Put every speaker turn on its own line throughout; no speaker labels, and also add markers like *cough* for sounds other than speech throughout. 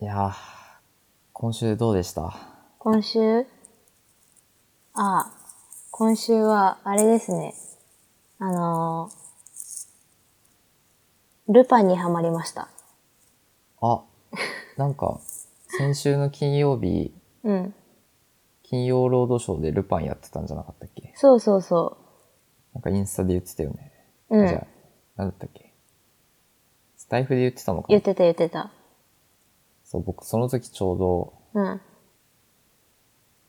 いやー、今週どうでした
今週あ、今週は、あれですね。あのールパンにはまりました。
あ、なん
*laughs*
か、先週の金曜日、
うん。
金曜ロードショーでルパンやってたんじゃなかったっけ
そうそうそ
なんかインスタで言ってたよね。
う。う
あじゃ
ん
あ。、なんだったっけスタイフで言ってたのか
言
な
ってた言ってた。
そう、僕その時ちょうど、
うん。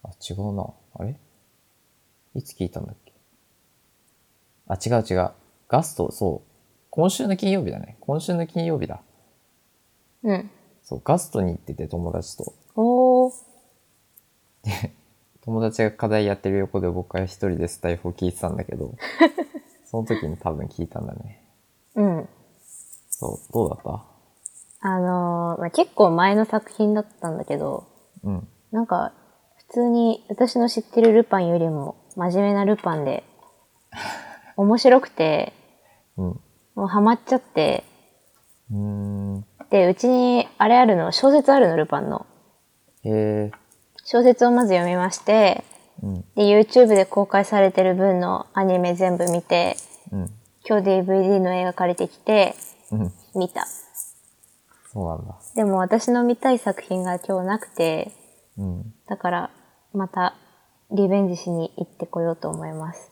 あ、違うな。あれいつ聞いたんだっけあ、違う違う。ガスト、そう。今週の金曜日だね。今週の金曜日だ。
うん。
そう、ガストに行ってて友達と。
おー。
友達が課題やってる横で僕は一人でスタイフを聞いてたんだけ
*laughs*
ど、その時に多分聞いたんだね。
うん。
そう、どうだった
あのーまあ、結構前の作品だったんだけど、
うん。
なんか、普通に私の知ってるルパンよりも真面目なルパンで、面白くて、
うん。
もうハマっちゃって、
うーん。
で、うちにあれあるの、小説あるの、ルパンの。
へえ。
小説をまず読みまして、
うん。
で、YouTube で公開されてる分のアニメ全部見て、
うん。
今日 DVD の映画借りてきて、
うん。
見た。
そうなんだ。
でも私の見たい作品が今日なくて、
うん。
だから、また、リベンジしに行ってこようと思います。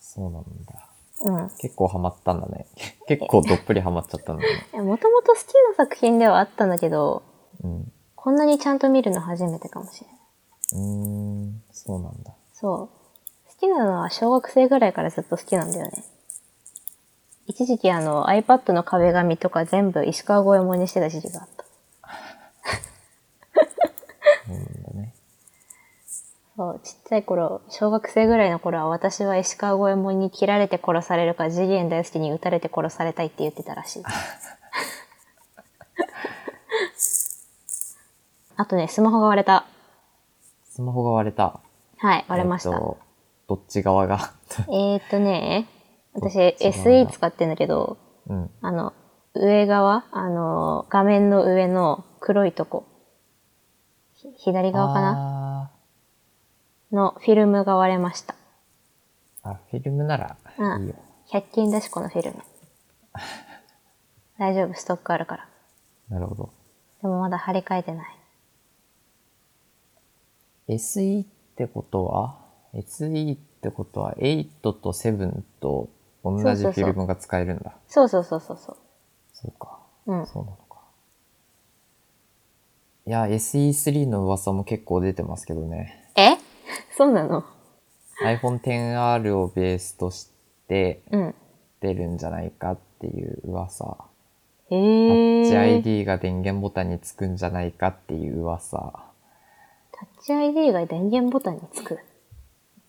そうなんだ。
うん。
結構ハマったんだね。 *laughs* 結構どっぷりハマっちゃったんだね。
もともと好きな作品ではあったんだけど、
うん。
こんなにちゃんと見るの初めてかもしれない。
うーん。そうなんだ。
そう。好きなのは小学生ぐらいからずっと好きなんだよね。一時期あの iPad の壁紙とか全部石川五右衛門にしてた時期があった。
そうなんだね。
そう、ちっちゃい頃、小学生ぐらいの頃は私は石川五右衛門に切られて殺されるか次元大好きに撃たれて殺されたいって言ってたら
*laughs*
しい。あとね、スマホが割れた。
スマホが割れた。
はい、割れました。
えっと、どっち側が。 *laughs*
えーっとね、私
どっち側だ
SE 使ってんだけど、
うん。
あの、上側、あの、画面の上の黒いとこ、ひ左側かな
な
のフィルムが割れました。
あーあ、フィルムなら
うん
いいよ。
100均だし、このフィルム。大丈夫、ストックあるから。
なるほど。
でもまだ張り替えてない。
SE ってことは ?SE ってことは8と7と同じフ
そうそうそう
ィルムが使えるんだ。
そうそうそうそうそ
そうか。
う。うん。
そうなのか。いや、SE3 の噂も結構出てますけどね。
えそうなの
iPhone XR をベースとして
うん。
出るんじゃないかっていう噂。
へ
タ
え
ッチ
ー。
ID が電源ボタンにつくんじゃないかっていう噂。
タッチ ID が電源ボタンにつく。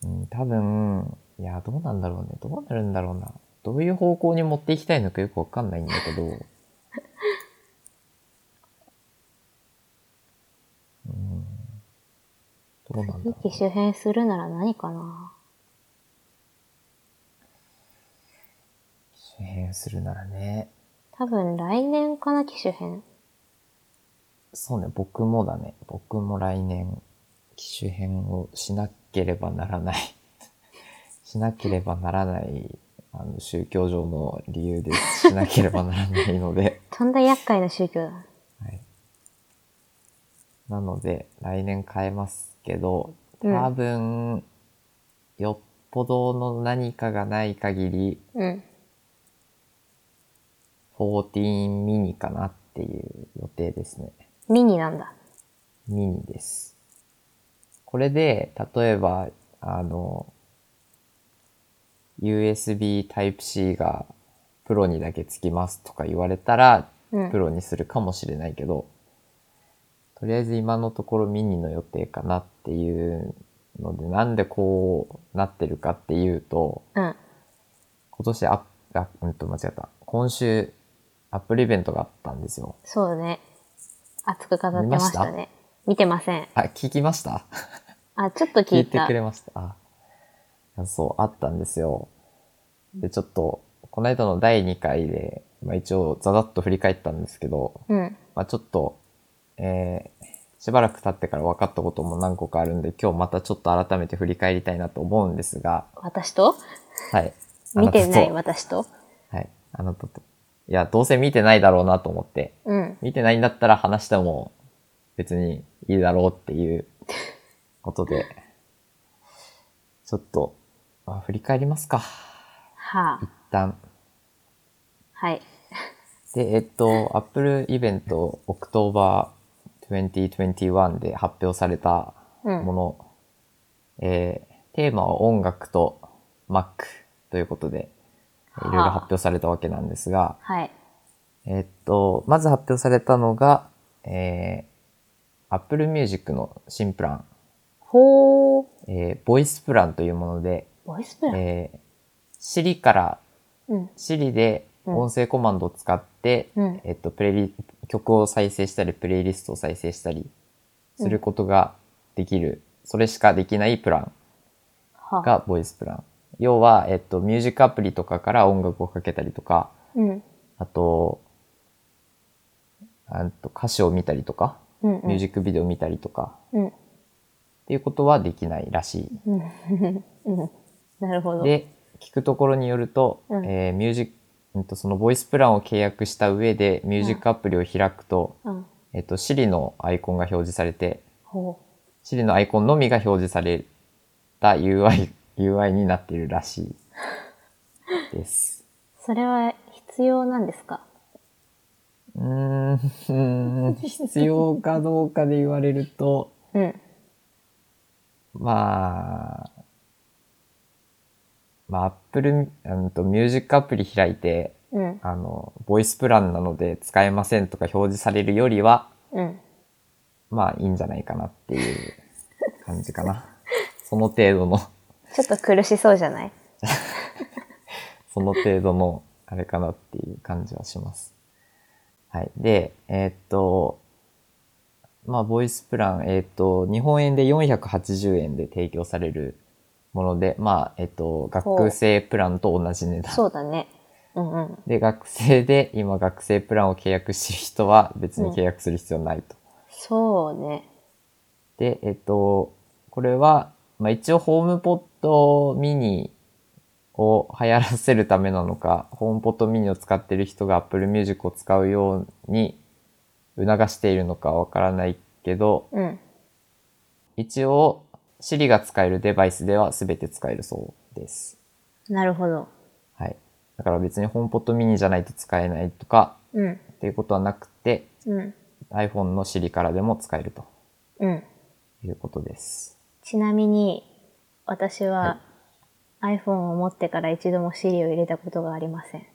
うん、多分、いや、どうなんだろうね。どうなるんだろうな。どういう方向に持っていきたいのかよくわかんないんだけど。 *laughs* うん、どうなんだろう
駅。周辺するなら何かな
周辺するならね。
多分来年かな、機種編。
そうね、僕もだね。僕も来年、機種変をしなければならない。 *laughs* しなければならない、あの、宗教上の理由です。しなければならないので。
とんだ厄介な宗教だな。
はい。なので、来年変えますけど、
うん
多分、よっぽどの何かがない限り、
うん。
14ミニかなっていう予定ですね。
ミニなんだ。
ミニです。これで、例えば、あの、USB Type-C がプロにだけつきますとか言われたら、
うん
プ。ロにするかもしれないけど、とりあえず今のところミニの予定かなっていうので、なんでこうなってるかっていうと、
うん。
今年あ、あ、うんと間違った。今週、アップルイベントがあったんですよ。
そうだね。熱く語ってましたね。見てません。
あ、聞きました
あ、ちょっと聞
聞
い
いて
た。
くれました。ああ、そう、あったんですよ。で、ちょっと、この間の第2回で、まあ一応、ざざっと振り返ったんですけど、
うん。
まあちょっと、えーしばらく経ってから分かったことも何個かあるんで、今日またちょっと改めて振り返りたいなと思うんですが、
私と
はい。
見てない
あなた
私と。
とはい。あなたと。いや、どうせ見てないだろうなと思って、
うん。
見てないんだったら話しても別にいいだろうっていうことで、ちょっと、まあ、振り返りますか。
はあ
一。旦。
はい。
で、えっと、Apple イベント October 2021で発表された
うん。
もの、えーテーマは音楽と Mac ということで、いろいろ発表されたわけなんですが、
はい。
えっと、まず発表されたのが、えー、Apple Music の新プラン、
ほー。
えー、ボイスプランというもので、
ボイスプラン、
えー、Siri から、
うん。
Siri で
うん
音声コマンドを使って、
うん
えっと、プレイリ、曲を再生したり、プレイリストを再生したりすることができる、それしかできないプラン
はあ。
がボイスプラン。要は、えっと、ミュージックアプリとかから音楽をかけたりとか、
うん。
あと、あんと歌詞を見たりとか、
うん、うん。
ミュージックビデオ見たりとか、
うん。
っていうことはできないらしい。
うん。なるほど。
で、聞くところによると、
うん
えーミュージック、うんとそのボイスプランを契約した上で、ミュージックアプリを開くと、
うん。
えっと、Siri のアイコンが表示されて、
ほ
Siri のアイコンのみが表示された UI、UI になっているらしいです。
う。それは必要なんですか
うーん、 *laughs* 必要かどうかで言われると、
うん。
まあ、まあ、Apple、うんと、ミュージックアプリ開いて、
うん。
あの、ボイスプランなので使えませんとか表示されるよりは、
うん。
まあいいんじゃないかなっていう感じかな。その程度の、
ちょっと苦しそうじゃない
その程度の、あれかなっていう感じはします。はい。で、えーっと、まあ、ボイスプラン、えーっと、日本円で480円で提供されるもので、まあ、えーっと、
ほう
学生プランと同じ値段。
そうだね。うんうん。
で、学生で、今学生プランを契約してる人は別に契約する必要ないと。
そうね。
で、えっと、これは、まあ、一応ホームポットミニを流行らせるためなのか、ホームポットミニを使ってる人が Apple Music を使うように促しているのかわからないけど、
うん。
一応 Siri が使えるデバイスでは全て使えるそうです。
なるほど。
はい。だから別にホームポットミニじゃないと使えないとか
うん。
っていうことはなくて、
うん。
iPhone の Siri からでも使えると
うん。
いうことです。
ちなみに、私は iPhone を持ってから一度も Siri を入れたことがありません。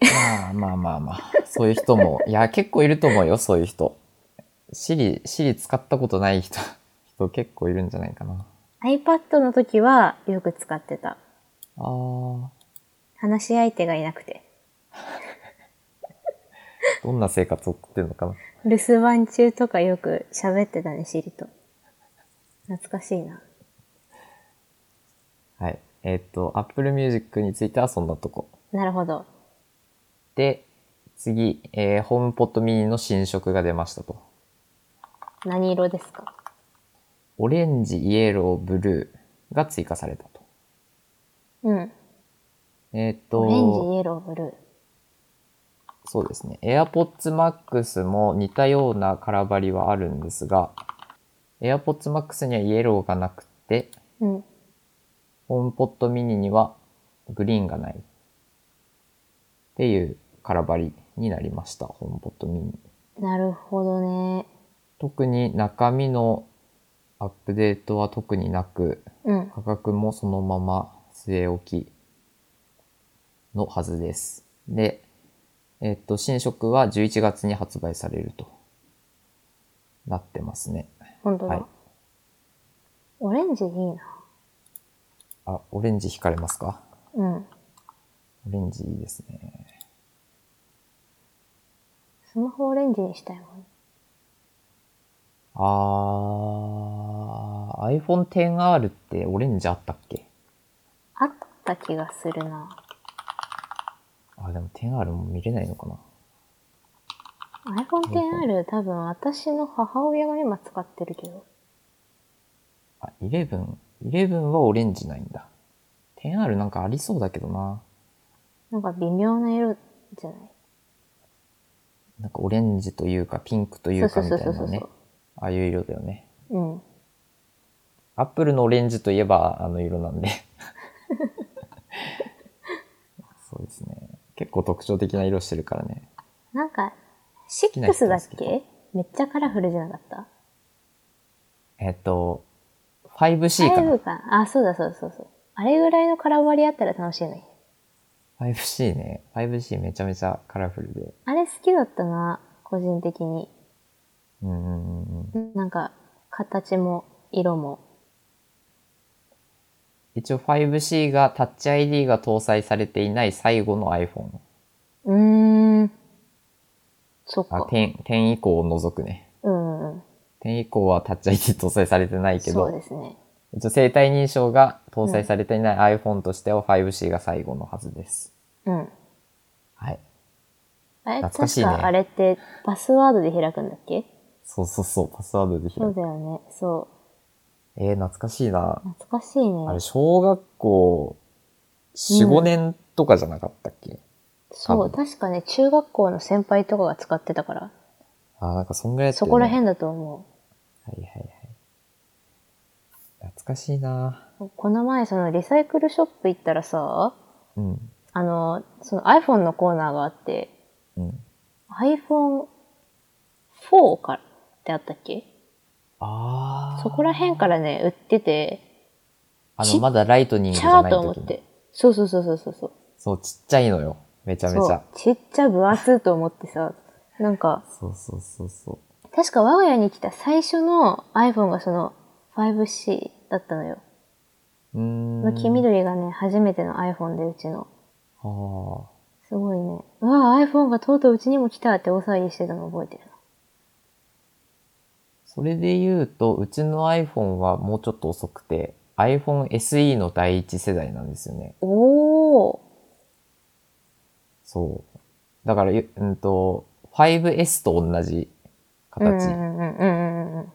まあまあまあまあ、そういう人も、いや、結構いると思うよ、そういう人。シリ、シリ使ったことない人、人結構いるんじゃないかな。
iPad の時はよく使ってた。
あー、
話し相手がいなくて。
どんな生活を送ってるのかな。
留守番中とかよく喋ってたね、Siri と。懐かしいな。
はい。えっ、と、Apple Music についてはそんなとこ。
なるほど。
で、次、えー、ホームポットミニの新色が出ましたと。
何色ですか
オレンジ、イエロー、ブルーが追加されたと。
うん。
えっ、と、
オレンジ、イエロー、ブルー。
そうですね。AirPods Max も似たような空張りはあるんですが、AirPods Max にはイエローがなくて、
うん。
ホームポットミニにはグリーンがない。っていう空張りになりました、ホームポットミニ。
なるほどね。
特に中身のアップデートは特になく、
うん。
価格もそのまま据え置きのはずです。で、えっと、新色は11月に発売されるとなってますね。
本当だ。
はい
オレンジいいな。
あ、オレンジ引かれますか
うん。
オレンジいいですね。
スマホオレンジにしたいもん。
あー、iPhone XR ってオレンジあったっけ
あった気がするな。
あ、でも 10R も見れないのかな
iPhone XR 多分私の母親が今使ってるけど。
あ、11。11はオレンジないんだ。10R なんかありそうだけどな。
なんか微妙な色じゃない
なんかオレンジというかピンクというかみたい
そ
な
うそうそうそう
ね
そう。
ああいう色だよね。
うん。
アップルのオレンジといえばあの色なんで。
*laughs*
そうですね。結構特徴的な色してるからね。
なんか、
きな人
6だ
は
っ
好き
けめっちゃカラフルじゃなかった
えっと、5C かな
?5 かなあ、そうだそうだそうそう。あれぐらいのカラー割りあったら楽しいのに。
5C ね。5C めちゃめちゃカラフルで。
あれ好きだったな、個人的に。
うんうんうんうん。
なんか、形も、色も。
一応 5C がタッチ ID が搭載されていない最後の iPhone。
うーん。そっ
あ、
か。
10, 10以降を除くね。
うんうんうん。
10以降はタッチ ID 搭載されてないけ
そう
ど、
ですね。
一応生体認証が搭載されていない iPhone としては 5C が最後のはずです。
うん。
はい。
あれ、
懐かしい
確
ね
かあれってパスワードで開くんだっけ
そうそうそう、パスワードで
そ
開
う
く。
だよね。そ
えー、懐かしいな
う。。懐かしいね
あ。れ、小学校、4、
うん
5年とかじゃなかったっけ、
そ
多
う、
分
確かね、中学校の先輩とかが使ってたから、
あー、なんかそんぐらいだった
そ
よね
こら辺だと思
はいはいはい。懐かしいな
う。この前、そのリサイクルショップ行ったらさ、
うん。
あの、その iPhone のコーナーがあって、
うん。
iPhone4 からってあったっけ
ああ。
そこら辺からね、売ってて、
あ
ち
の、まだライトニング
ち
じゃ
ゃー
ない
と
時
思
に
って。そうそうそうそうそうそう。
そう、ちっちゃいのよ。めちゃめち
そう
ゃ。
ちっちゃ分厚と思ってさ、なんか、
そうそうそうそう。
確か我が家に来た最初の iPhone がその 5C だったのよ。
うーん。
の黄緑がね、初めての iPhone でうちの。
あー
すごいね。うわぁ、iPhone がとうとううちにも来たって大騒ぎしてたの覚えてる
それで言うと、うちの iPhone はもうちょっと遅くて、iPhone SE の第一世代なんですよね。
な。おー。
そう。だから、ゆうんと、5S と同じ形。
うんうんうんうんうん。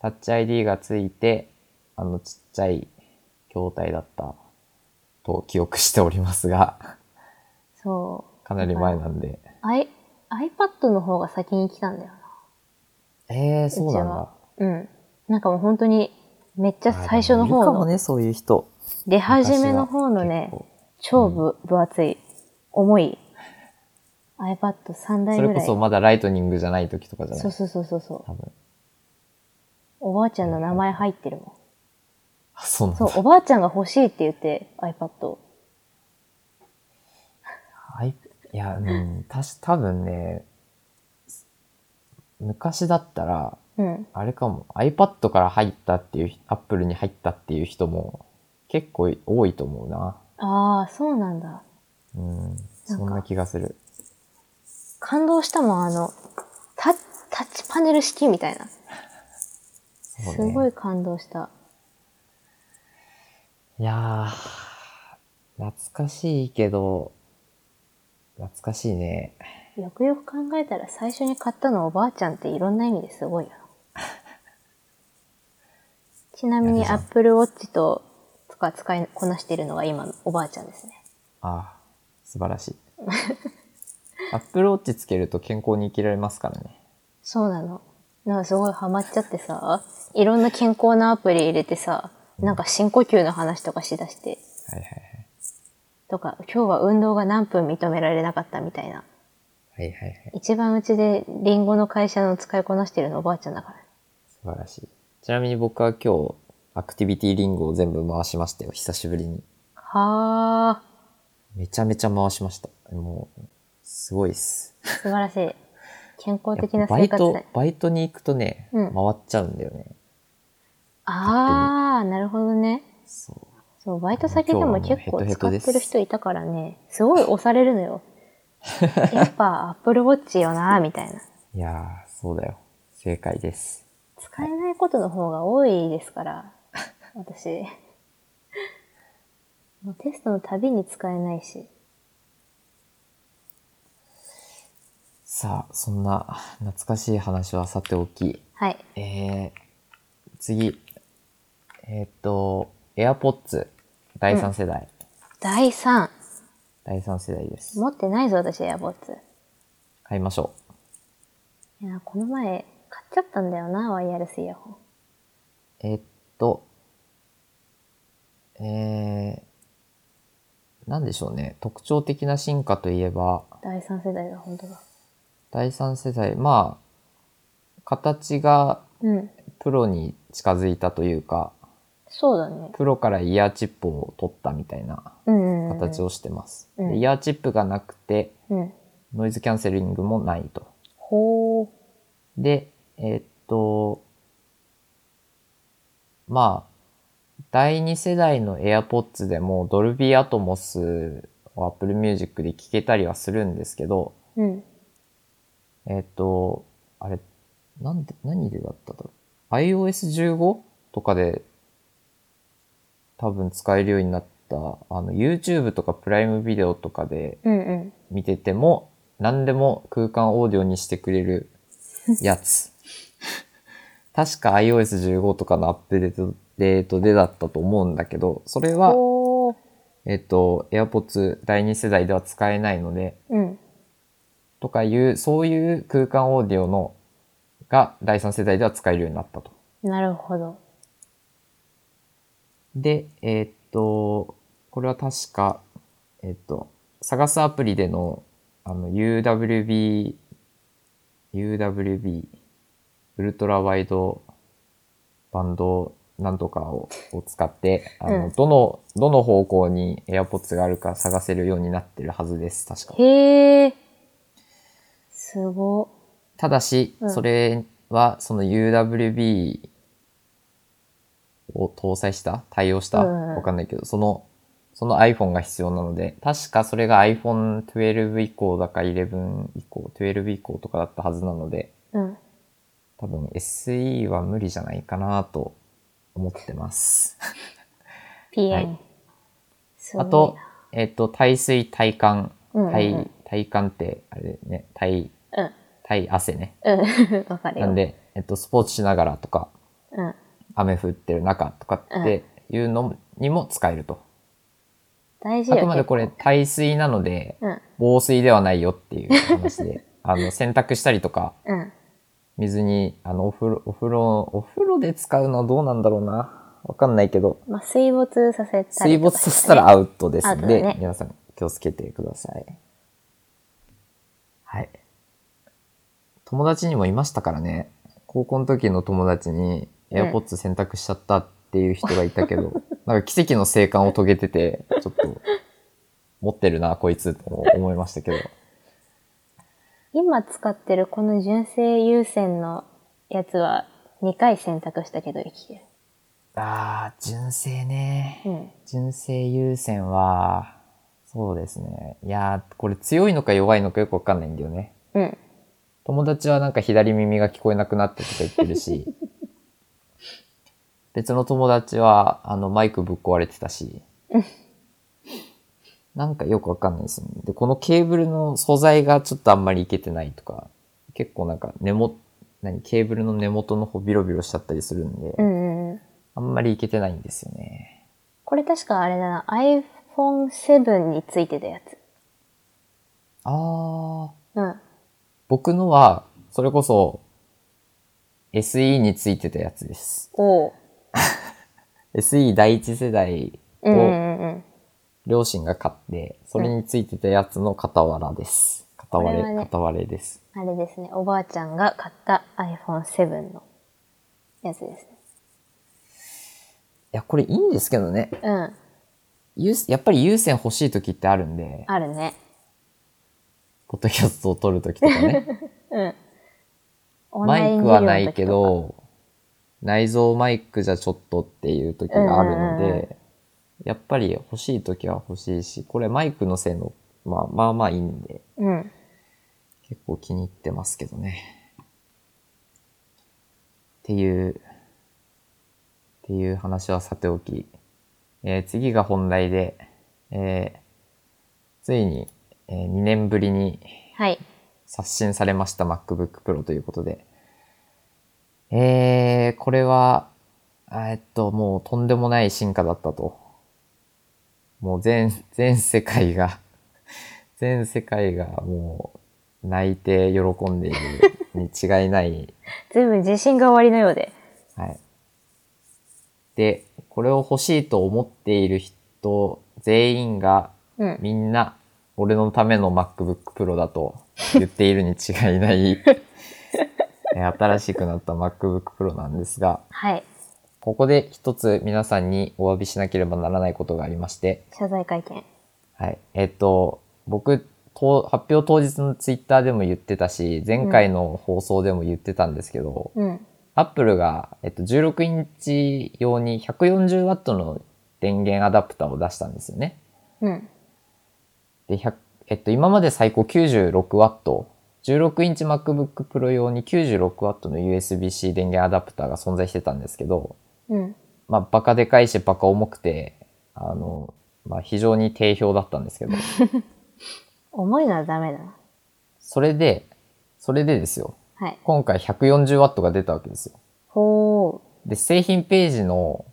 タッチ ID がついて、あのちっちゃい筐体だったと記憶しておりますが、 *laughs*
そ
かなり前なんで。
う。I、iPad の方が先に来たんだよな。
ええー、そうなんだ。
うん。なんかもう本当に、めっちゃ最初の
あーでもい
方
るかも
の、
ね、そういう人。
出始めの方の
昔は、結
ね
構
超ぶ分厚い、重い iPad3 台
そ
ぐ
れ
らい。
こそまだライトニングじゃない時とかじゃない
そうそうそうそうそう。
多分。
おばあちゃんの名前入ってるもん。
あ、そうなん
そ
だ
う。、おばあちゃんが欲しいって言って、iPad を。
はい。いや、うん、たし、多分ね、昔だったら、
うん。
あれかも、iPad から入ったっていう、Apple に入ったっていう人も結構多いと思うな。
ああ、そうなんだ。
うん、そんな気がする。
感動したもん、あの、タッタッチパネル式みたいな。
そう
す
ね
ごい感動した。
いやー、懐かしいけど、懐かしいね。
よくよく考えたら最初に買ったのおばあちゃんっていろんな意味ですごいよな。ちなみ
い
に
やじゃあ
Apple Watch とか使いこなしているのが今のおばあちゃんですね。
ああ、素晴ら
*laughs*
しい。Apple Watch つけると健康に生きられますからね。
そうなの。なんかすごいハマっちゃってさ、いろんな健康なアプリ入れてさ、なんか深呼吸の話とかしだして、
はいはい
とか、今日は運動が何分認められなかったみたいな。
はい。はいはいはい。
一番うちでリンゴの会社の使いこなしてるのおばあちゃんだから。
素晴らしい。ちなみに僕は今日、アクティビティリングを全部回しましたよ、久しぶりに。
は
めちゃめちゃ回しました。もう、すごいっす。
ー、素晴らしい。健康的
や
な
っぱバ
生
イ
活
ト
だ。、
バイトに行くとね、
うん
回っちゃうんだよね。
あー、なるほどね。
そう。
そう、バイト先でも結構
今日はもうヘトヘ
使
ト
っ
です
てる人いたからね、すごい押されるのよ。やっぱ Apple Watch よなみたいな。
いやー、そうだよ。正解です。
使えないことの方が多いで
*laughs*
すから、私。もうテストのたびに使えないし。
さあ、そんな懐かしい話はさておき、
はい。
えー、次、えーっと、AirPods 第3世代、
第3。
第3世代です。
持ってないぞ、私、エアボッツ。
買いましょう。
いや、この前、買っちゃったんだよな、ワイヤレスイヤホン。
えーっと、えー、なんでしょうね。特徴的な進化といえば、
第3世代だ、本当だ。
第3世代、まあ、形が
うん。
プロに近づいたというか、
そうだね。
プロからイヤーチップを取ったみたいな
うんうん、うん。
形をしてます。
うん
でイヤーチップがなくて、
うん。
ノイズキャンセリングもないと。
ほー。
で、えーっと、まあ、第2世代の AirPods でもドルビーアトモスを Apple Music で聴けたりはするんですけど、
うん。
えーっと、あれ、なんで、何でだっただろう。iOS15 とかで多分使えるようになった、あの、YouTube とかプライムビデオとかで
うんうん。
見てても、何でも空間オーディオにしてくれるやつ。確か iOS15 とかのアップデートデートでだったと思うんだけど、それは、
ほー。
えっと、AirPods 第2世代では使えないので、
うん。
とかいう、そういう空間オーディオの、が第3世代では使えるようになったと。
なるほど。
で、えーっと、これは確か、えーっと、探すアプリでの、あの、UWB、UWB、ウルトラワイドバンドなんとかをを使って、あの、
うん
どの、どの方向に AirPods があるか探せるようになってるはずです、確か。
へー。すご。
ただし、
うん
それは、その UWB を搭載した対応した
うんうん
わかんないけど、その、その iPhone が必要なので、確かそれが iPhone12 以降だか11以降、12以降とかだったはずなので、
うん。
多分 SE は無理じゃないかなと思ってます。
ピ
は
エン。
い
すごい
あ
な
と、、えっと、耐水、耐寒、
うんうん
耐、耐寒って、あれね、耐、
うん。
耐汗ね。
うん。わかるよ。
なんで、えっと、スポーツしながらとか、
うん。
雨降ってる中とかっていうのにも使えると。
大事
あ
よ。
くまでこれ
結
耐水なので、
構。うん。
防水ではないよっていう話で、あの、洗濯したりとか、
うん。
水に、あの、お風呂、お風呂、お風呂で使うのはどうなんだろうな。わかんないけど、
まあ、水没させたりとか、
水没させたらアウトですん
アウト
で、
だね
皆さん気をつけてください。はい。友達にもいましたからね。高校の時の友達に
うん
AirPods 選択しちゃったっていう人がいたけど、 *laughs* なんか奇跡の生還を遂げてて、ちょっと、持ってるな、こいつ、と思いましたけど。
今使ってるこの純正優先のやつは2回選択したけど生きてる。
あー、純正ね。
うん。
純正優先は、そうですね。いやー、これ強いのか弱いのかよくわかんないんだよね。
うん。
友達はなんか左耳が聞こえなくなったとか言ってる
*laughs*
し、別の友達はあのマイクぶっ壊れてたし、なんかよくわかんないですね。で、このケーブルの素材がちょっとあんまりいけてないとか、結構なんか根元、何、ケーブルの根元の方ビロビロしちゃったりするんで、
うんうんうん。
あんまりいけてないんですよね。
これ確かあれだな。iPhone7 についてたやつ。
あー、
うん。
僕のは、それこそ、SE についてたやつです。
おう。
SE 第一世代
うんう
を
んうん。
両親が買って、それについてたやつの傍らです。傍
これは
れ、
ね
傍れです。
あれですね。おばあちゃんが買った iPhone7 のやつですね。
いや、これいいんですけどね。
うん。
有やっぱり優先欲しい時ってあるんで、
あるね。
ポッドキャストを撮る時とか
*laughs*
ね。
うん。オンラ
マ
イ
イ
ン
ク
授業
は
の時とか
ないけ。ど、内蔵マイクじゃちょっとっていう時があるの
うんうんう
で、やっぱり欲しい時は欲しいし、これマイクの性能、まあまあまあいいんで、
うん。
結構気に入ってますけどね。っていう、っていう話はさておき、えー次が本題で、えーついに、え2年ぶりに
はい。
刷新されました MacBook Pro ということで。えー、これは、あえっと、もうとんでもない進化だったと。もう全、全世界が、 *laughs* 全世界がもう泣いて喜んでいるに違いない。
随分自信が終わりのようで。
はい。で、これを欲しいと思っている人全員が
うん。
みんな、俺のための MacBook Pro だと言っているに違いない、え新しくなった MacBook Pro なんですが、
はい。
ここで一つ皆さんにお詫びしなければならないことがありまして、
謝罪会見。
はい。えっと、僕、と発表当日の Twitter でも言ってたし、前回の放送でも言ってたんですけど、
うん。
Apple が、えっと、16インチ用に 140W の電源アダプターを出したんですよね。
うん。
で、100えっと、今まで最高 96W、16インチ MacBook Pro 用に 96W の USB-C 電源アダプターが存在してたんですけど、
うん。
まあ、バカでかいし、バカ重くて、あの、まあ、非常に低評だったんですけど、
重いのはダメだな。
それで、それでですよ、
はい。
今回 140W が出たわけですよ。
ほ
で、製品ページの、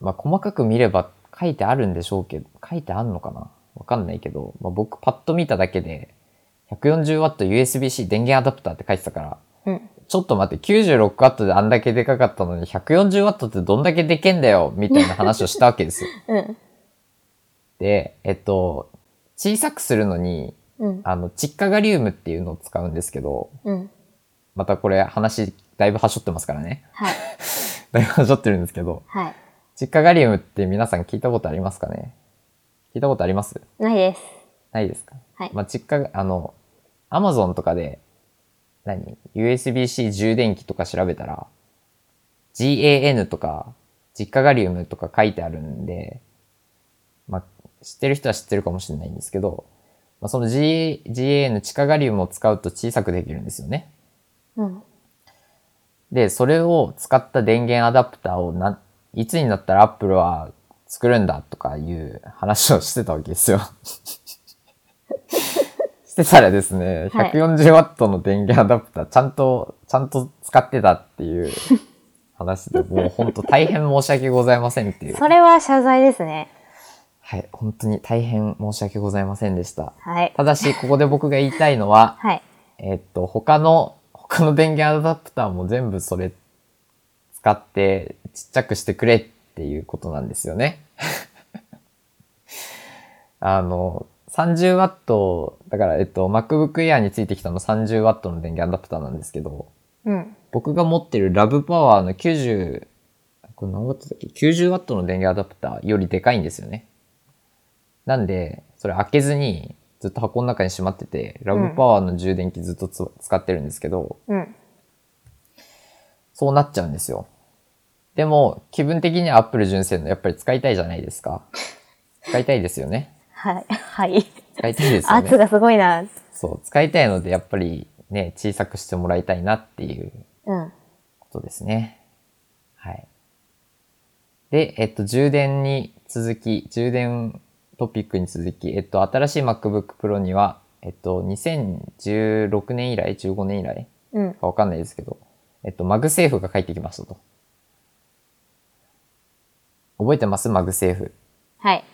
まあ、細かく見れば書いてあるんでしょうけど、書いてあんのかなわかんないけど、まあ、僕パッと見ただけで、140W USB-C 電源アダプターって書いてたから、
う。うん。
ちょっと待って、96W であんだけでかかったのに、140W ってどんだけでけんだよみたいな話をしたわけですよ。
うん。
で、えっと、小さくするのに、
うん。
あの、窒化ガリウムっていうのを使うんですけど、
うん。
またこれ話だいぶ端折ってますからね。
はい。
だいぶ端折ってるんですけど、
はい。
窒化ガリウムって皆さん聞いたことありますかね聞いたことあります
ないです。
ないですか
はい
まあ、窒化が、あの、アマゾンとかで、何 ?USB-C 充電器とか調べたら、GAN とか、窒化ガリウムとか書いてあるんで、まあ、知ってる人は知ってるかもしれないんですけど、まあ、その G、GAN、窒化ガリウムを使うと小さくできるんですよね。
うん。
で、それを使った電源アダプターをな、いつになったら Apple は作るんだとかいう話をしてたわけです
*laughs*
よ。してたらですね、
はい
140W の電源アダプター、ちゃんと、ちゃんと使ってたっていう話
*laughs*
で、もう本当大変申し訳ございませんっていう。
それは謝罪ですね。
はい、本当に大変申し訳ございませんでした。
はい。
ただし、ここで僕が言いたいのは、
はい。
えっと、他の、他の電源アダプターも全部それ使ってちっちゃくしてくれっていうことなんですよね。 *laughs* あの、30W、だから、えっと、MacBook Air についてきたの 30W の電源アダプターなんですけど、
うん。
僕が持ってるラブパワーの90、これ何ワットだっけ ?90W の電源アダプターよりでかいんですよね。なんで、それ開けずにずっと箱の中にしまってて、ラブパワーの充電器ずっとつ、使ってるんですけど、
うん。
そうなっちゃうんですよ。でも、気分的には Apple 純正のやっぱり使いたいじゃないですか。使いたいですよね。
はい。はい。
使いたいですよね。
*laughs* 圧がすごいな。
そう、使いたいのでやっぱりね、小さくしてもらいたいなっていう
うん。
ことですね。はい。で、えっと、充電に続き、充電トピックに続き、えっと、新しい MacBook Pro には、えっと、2016年以来、15年以来
うん。
かわかんないですけど、えっと、マグセーフが返ってきましたと。覚えてますマグセーフ。
はい。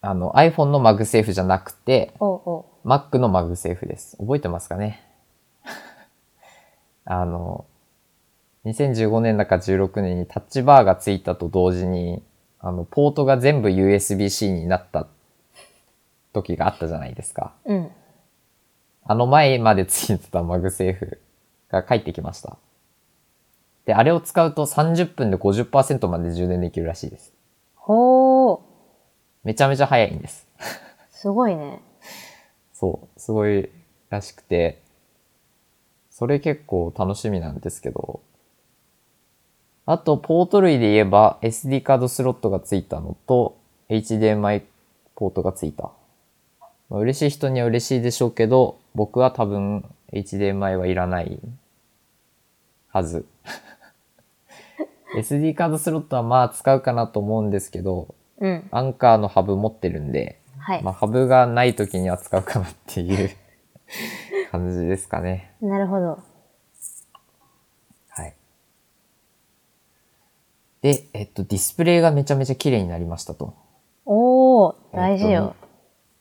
あの、iPhone のマグセーフじゃなくて、
おうお
Mac のマグセーフです。覚えてますかねあの、2015年だか16年にタッチバーがついたと同時に、あの、ポートが全部 USB-C になった時があったじゃないですか。
う。うん。
あの前までついてたマグセーフが帰ってきました。で、あれを使うと30分で50%まで充電できるらしいです。
ほー。
めちゃめちゃ早いんです。
すごいね。
そう、すごいらしくて、それ結構楽しみなんですけど、あと、ポート類で言えば SD カードスロットがついたのと HDMI ポートがついた。まあ、嬉しい人には嬉しいでしょうけど、僕は多分 HDMI はいらないはず。SD カードスロットはまあ使うかなと思うんですけど、
うん。
アンカーのハブ持ってるんで、
はい *laughs*
まあ、。ハブがない時には使うかなっていう感じですかね。
なるほど。
はい。で、えっと、ディスプレイがめちゃめちゃ綺麗になりましたと。
おー、大事よ。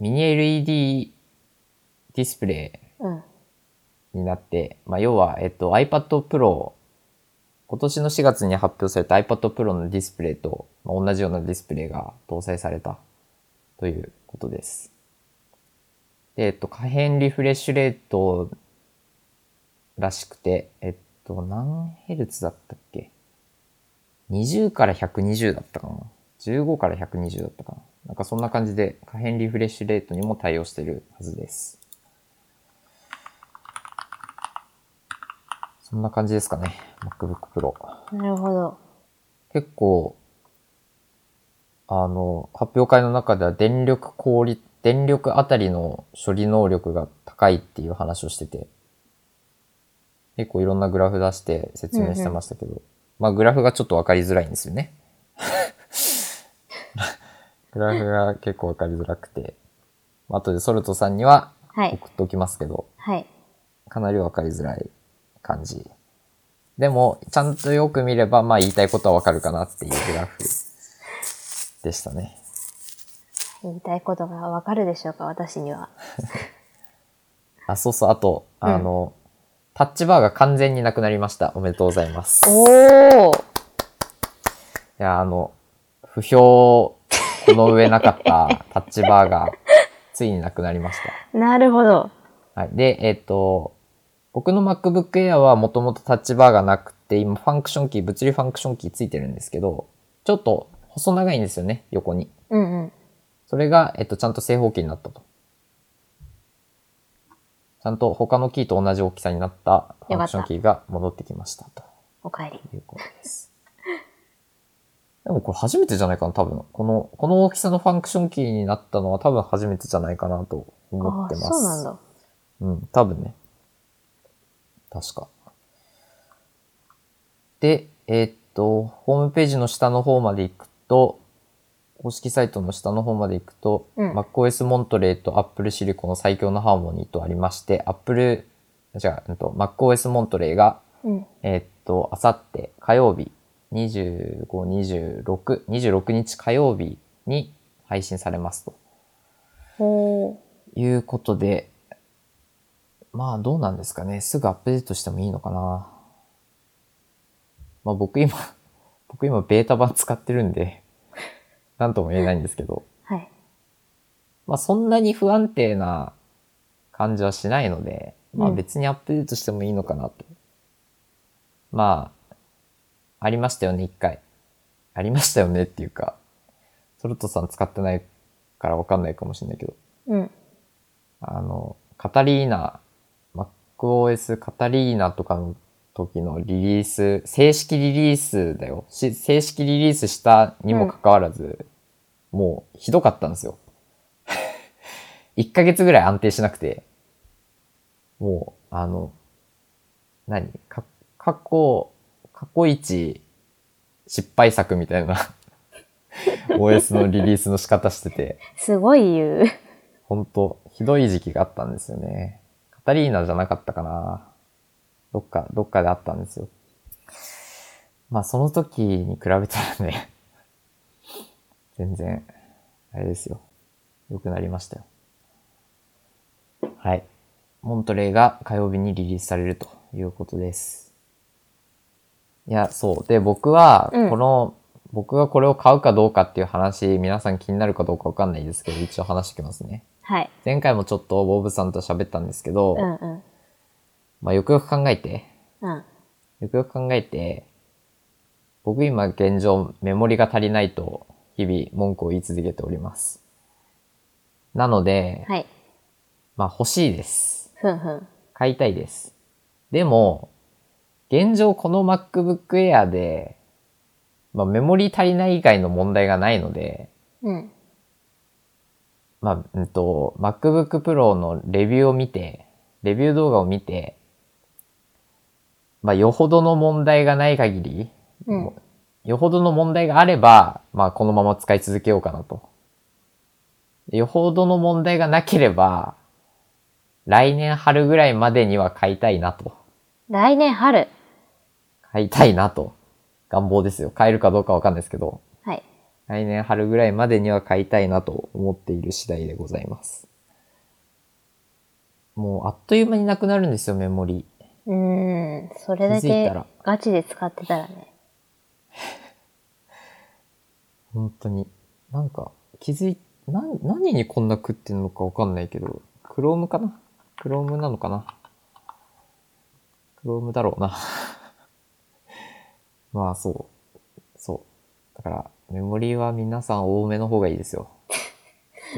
ミニ LED ディスプレ
うん。
イになって、まあ、要は、えっと、iPad Pro、今年の4月に発表された iPad Pro のディスプレイと、まあ同じようなディスプレイが搭載されたということです。で、えっと、可変リフレッシュレートらしくて、えっと、何ヘルツだったっけ ?20 から120だったかな ?15 から120だったかななんかそんな感じで可変リフレッシュレートにも対応してるはずです。そんな感じですかね。MacBook Pro。
なるほど。
結構、あの、発表会の中では電力効率、電力あたりの処理能力が高いっていう話をしてて、結構いろんなグラフ出して説明してましたけど、まあグラフがちょっとわかりづらいんですよね。グラフが結構わかりづらくて、まあ後でソルトさんには
はい。
送っておきますけど、
はい。
かなりわかりづらい感じ。でも、ちゃんとよく見れば、まあ言いたいことはわかるかなっていうグラフでしたね。
言いたいことがわかるでしょうか、私には。
あ、そうそう、あと、
うん
あの、タッチバーが完全になくなりました。おめでとうございます。い
おー
や、あの、不評、この上なかったタッチバーが、ついになくなりました。
なるほど。
はい。で、えっ、と、僕の MacBook Air はもともとタッチバーがなくて、今ファンクションキー、物理ファンクションキーついてるんですけど、ちょっと細長いんですよね、横に。
うんうん。
それが、えっと、ちゃんと正方形になったと。ちゃんと他のキーと同じ大きさになったファンクションキーが戻ってきましたと
おかえり。
いうことです。 *laughs* でもこれ初めてじゃないかな、多分。この、この大きさのファンクションキーになったのは多分初めてじゃないかなと思っ
ああ、
てます。
そうなんだ。
うん、多分ね。確か。で、えーっと、ホームページの下の方まで行くと、公式サイトの下の方まで行くと、
うん
MacOS モントレーと Apple シリコの最強のハーモニーとありまして、Apple、じゃあ、うんと MacOS モントレーが、
うん。
えーっと、あさって火曜日、25、26、26日火曜日に配信されますと。
おー
いうことで、まあどうなんですかね。すぐアップデートしてもいいのかな。まあ僕今、 *laughs* 僕今ベータ版使ってるんで、 *laughs* なんとも言えないんですけど、
はい。
まあそんなに不安定な感じはしないので、まあ
うん
別にアップデートしてもいいのかなと。まあ、ありましたよね、一回。ありましたよねっていうか、ソルトさん使ってないからわかんないかもしれないけど、
うん。
あの、カタリーナ、MacOS カタリーナとかの時のリリース、正式リリースだよ。し正式リリースしたにもかかわらず、もうひどかったんですよ。1ヶ月ぐらい安定しなくて、もう、あの、何か過去、過去一失敗作みたいな *laughs* OS のリリースの仕方してて、
すごい言う。 *laughs*
本当ひどい時期があったんですよね。カタリーナじゃなかったかな。どっか、どっかであったんですよ。まあ、その時に比べたらね、 *laughs* 全然、あれですよ。良くなりましたよ。はい。モントレーが火曜日にリリースされるということです。いや、そう。で、僕は、
うん
この、僕がこれを買うかどうかっていう話、皆さん気になるかどうかわかんないですけど、一応話しておきますね。
はい。
前回もちょっとボブさんと喋ったんですけど、
うんうん。
まあよくよく考えて、
うん。
よくよく考えて、僕今現状メモリが足りないと日々文句を言い続けております。なので、
はい。
まあ欲しいです。
ふんふん。
買いたいです。でも、現状この MacBook Air で、まあメモリ足りない以外の問題がないので、
うん。
まあ、うんと、MacBook Pro のレビューを見て、レビュー動画を見て、まあ、よほどの問題がない限り、
うん。
よほどの問題があれば、まあ、このまま使い続けようかなと。よほどの問題がなければ、来年春ぐらいまでには買いたいなと。
来年春。
買いたいなと。願望ですよ。買えるかどうかわかんないですけど、
はい。
来年春ぐらいまでには買いたいなと思っている次第でございます。もうあっという間になくなるんですよ、メモリ。
うーん。それだ
気づい
け
たら
ガチで使ってたらね。
本当に。なんか、気づい、な、何にこんな食ってんのかわかんないけど、クロームかなクロームなのかなクロームだろうな。 *laughs* まあ、そう。そう。だから、メモリーは皆さん多めの方がいいですよ。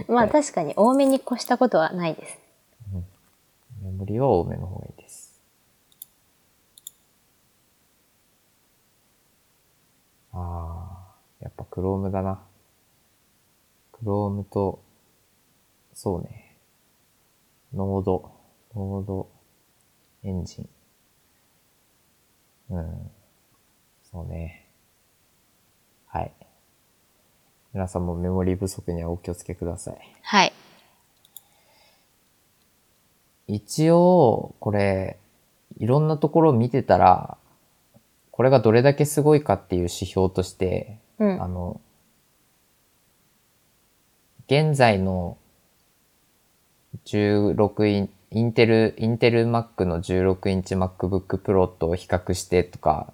まあ確かに多めに越したことはないです。
メモリーは多めの方がいいです。ああ、やっぱクロームだな。クロームと、そうね。ノード、ノード、エンジン。うん。そうね。はい。皆さんもメモリー不足にはお気をつけください。
はい。
一応、これ、いろんなところを見てたら、これがどれだけすごいかっていう指標として、
うん
あ。の、現在の16イン、インテル、インテル Mac の16インチ MacBook Pro と比較してとか、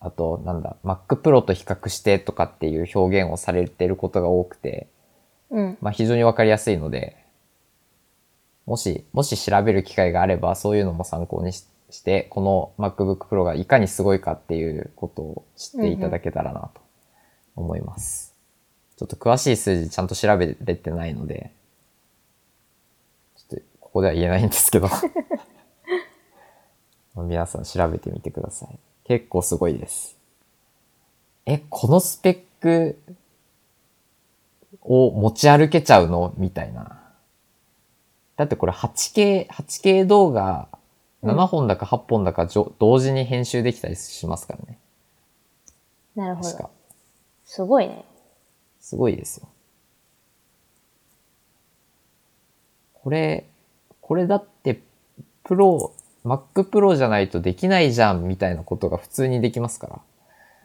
あと、なんだ、Mac Pro と比較してとかっていう表現をされてることが多くて、
うん。
まあ、非常にわかりやすいので、もし、もし調べる機会があれば、そういうのも参考にしして、この MacBook Pro がいかにすごいかっていうことを知っていただけたらなと思います。ちょっと詳しい数字ちゃんと調べれてないので、ちょっとここでは言えないんですけど、 *laughs* 皆さん調べてみてください。結構すごいです。え、このスペックを持ち歩けちゃうのみたいな。だってこれ 8K、8K 動画7本だか8本だかじょ、同時に編集できたりしますからね。
なるほ
確
ど
か。。
すごいね。
すごいですよ。これ、これだって、プロ、Mac Pro じゃないとできないじゃんみたいなことが普通にできますか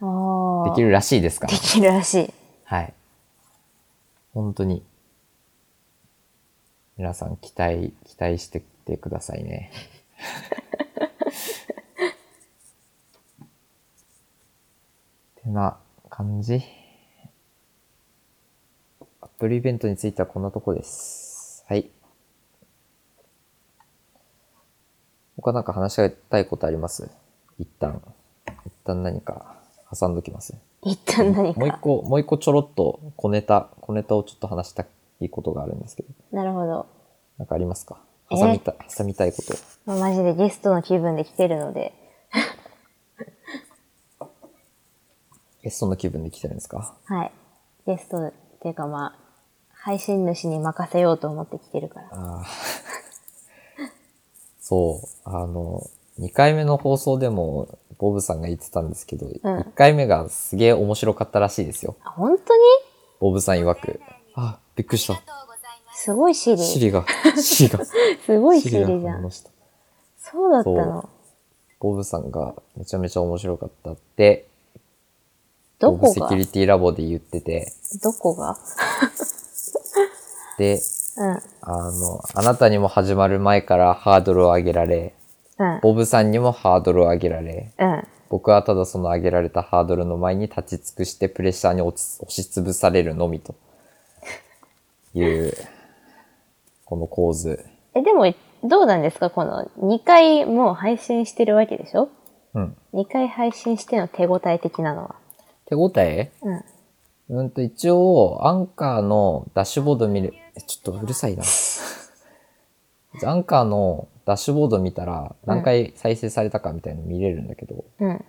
あ
ら。
あ。
できるらしいですから
で。きるらしい。
はい。本当に。皆さん期待、期待してってくださいね。 *laughs* てな感じ。アップルイベントについてはこんなとこです。はい。他なんか話したいことあります一旦。一旦何か挟んどきます。
一旦何
もう一
か。
個、もう一個ちょろっと小ネタ、小ネタをちょっと話したいことがあるんですけど、
なるほど。
なんかありますか
え
挟みたい、挟みたいこと。
まあ、マジでゲストの気分で来てるので。
ゲストの気分で来てるんですか
はい。ゲストっていうかまあ、配信主に任せようと思って来てるから。
ああ。 *laughs* そう、あの、2回目の放送でも、ボブさんが言ってたんですけど、1回目がすげえ面白かったらしいですよ。
あ、本当に
ボブさん曰く。あ、びっくりした。
すごいシリ。
シリ
*laughs*
が、シリが、
すごいシ
シ
リ
リ
じ
が
ゃ
反
ん
応。した。
そうだった
そう
の。
ボブさんがめちゃめちゃ面白かったって、
ど
ボブ
こ
セ
が
キュリティラボで言ってて、
どこが
で、
うん。
あの、あなたにも始まる前からハードルを上げられ、
うん。
ボブさんにもハードルを上げられ、
うん。
僕はただその上げられたハードルの前に立ち尽くしてプレッシャーに落ち押しつぶされるのみという、この構図。
え、でも、どうなんですかこの、2回もう配信してるわけでしょ
うん。
?2 回配信しての手応え的なのは。
手応え
うん。
うんと、一応、アンカーのダッシュボード見る、えちょっとうるさいな。 *laughs* アンカーのダッシュボード見たら何回再生されたかみたいなの見れるんだけど、
うん。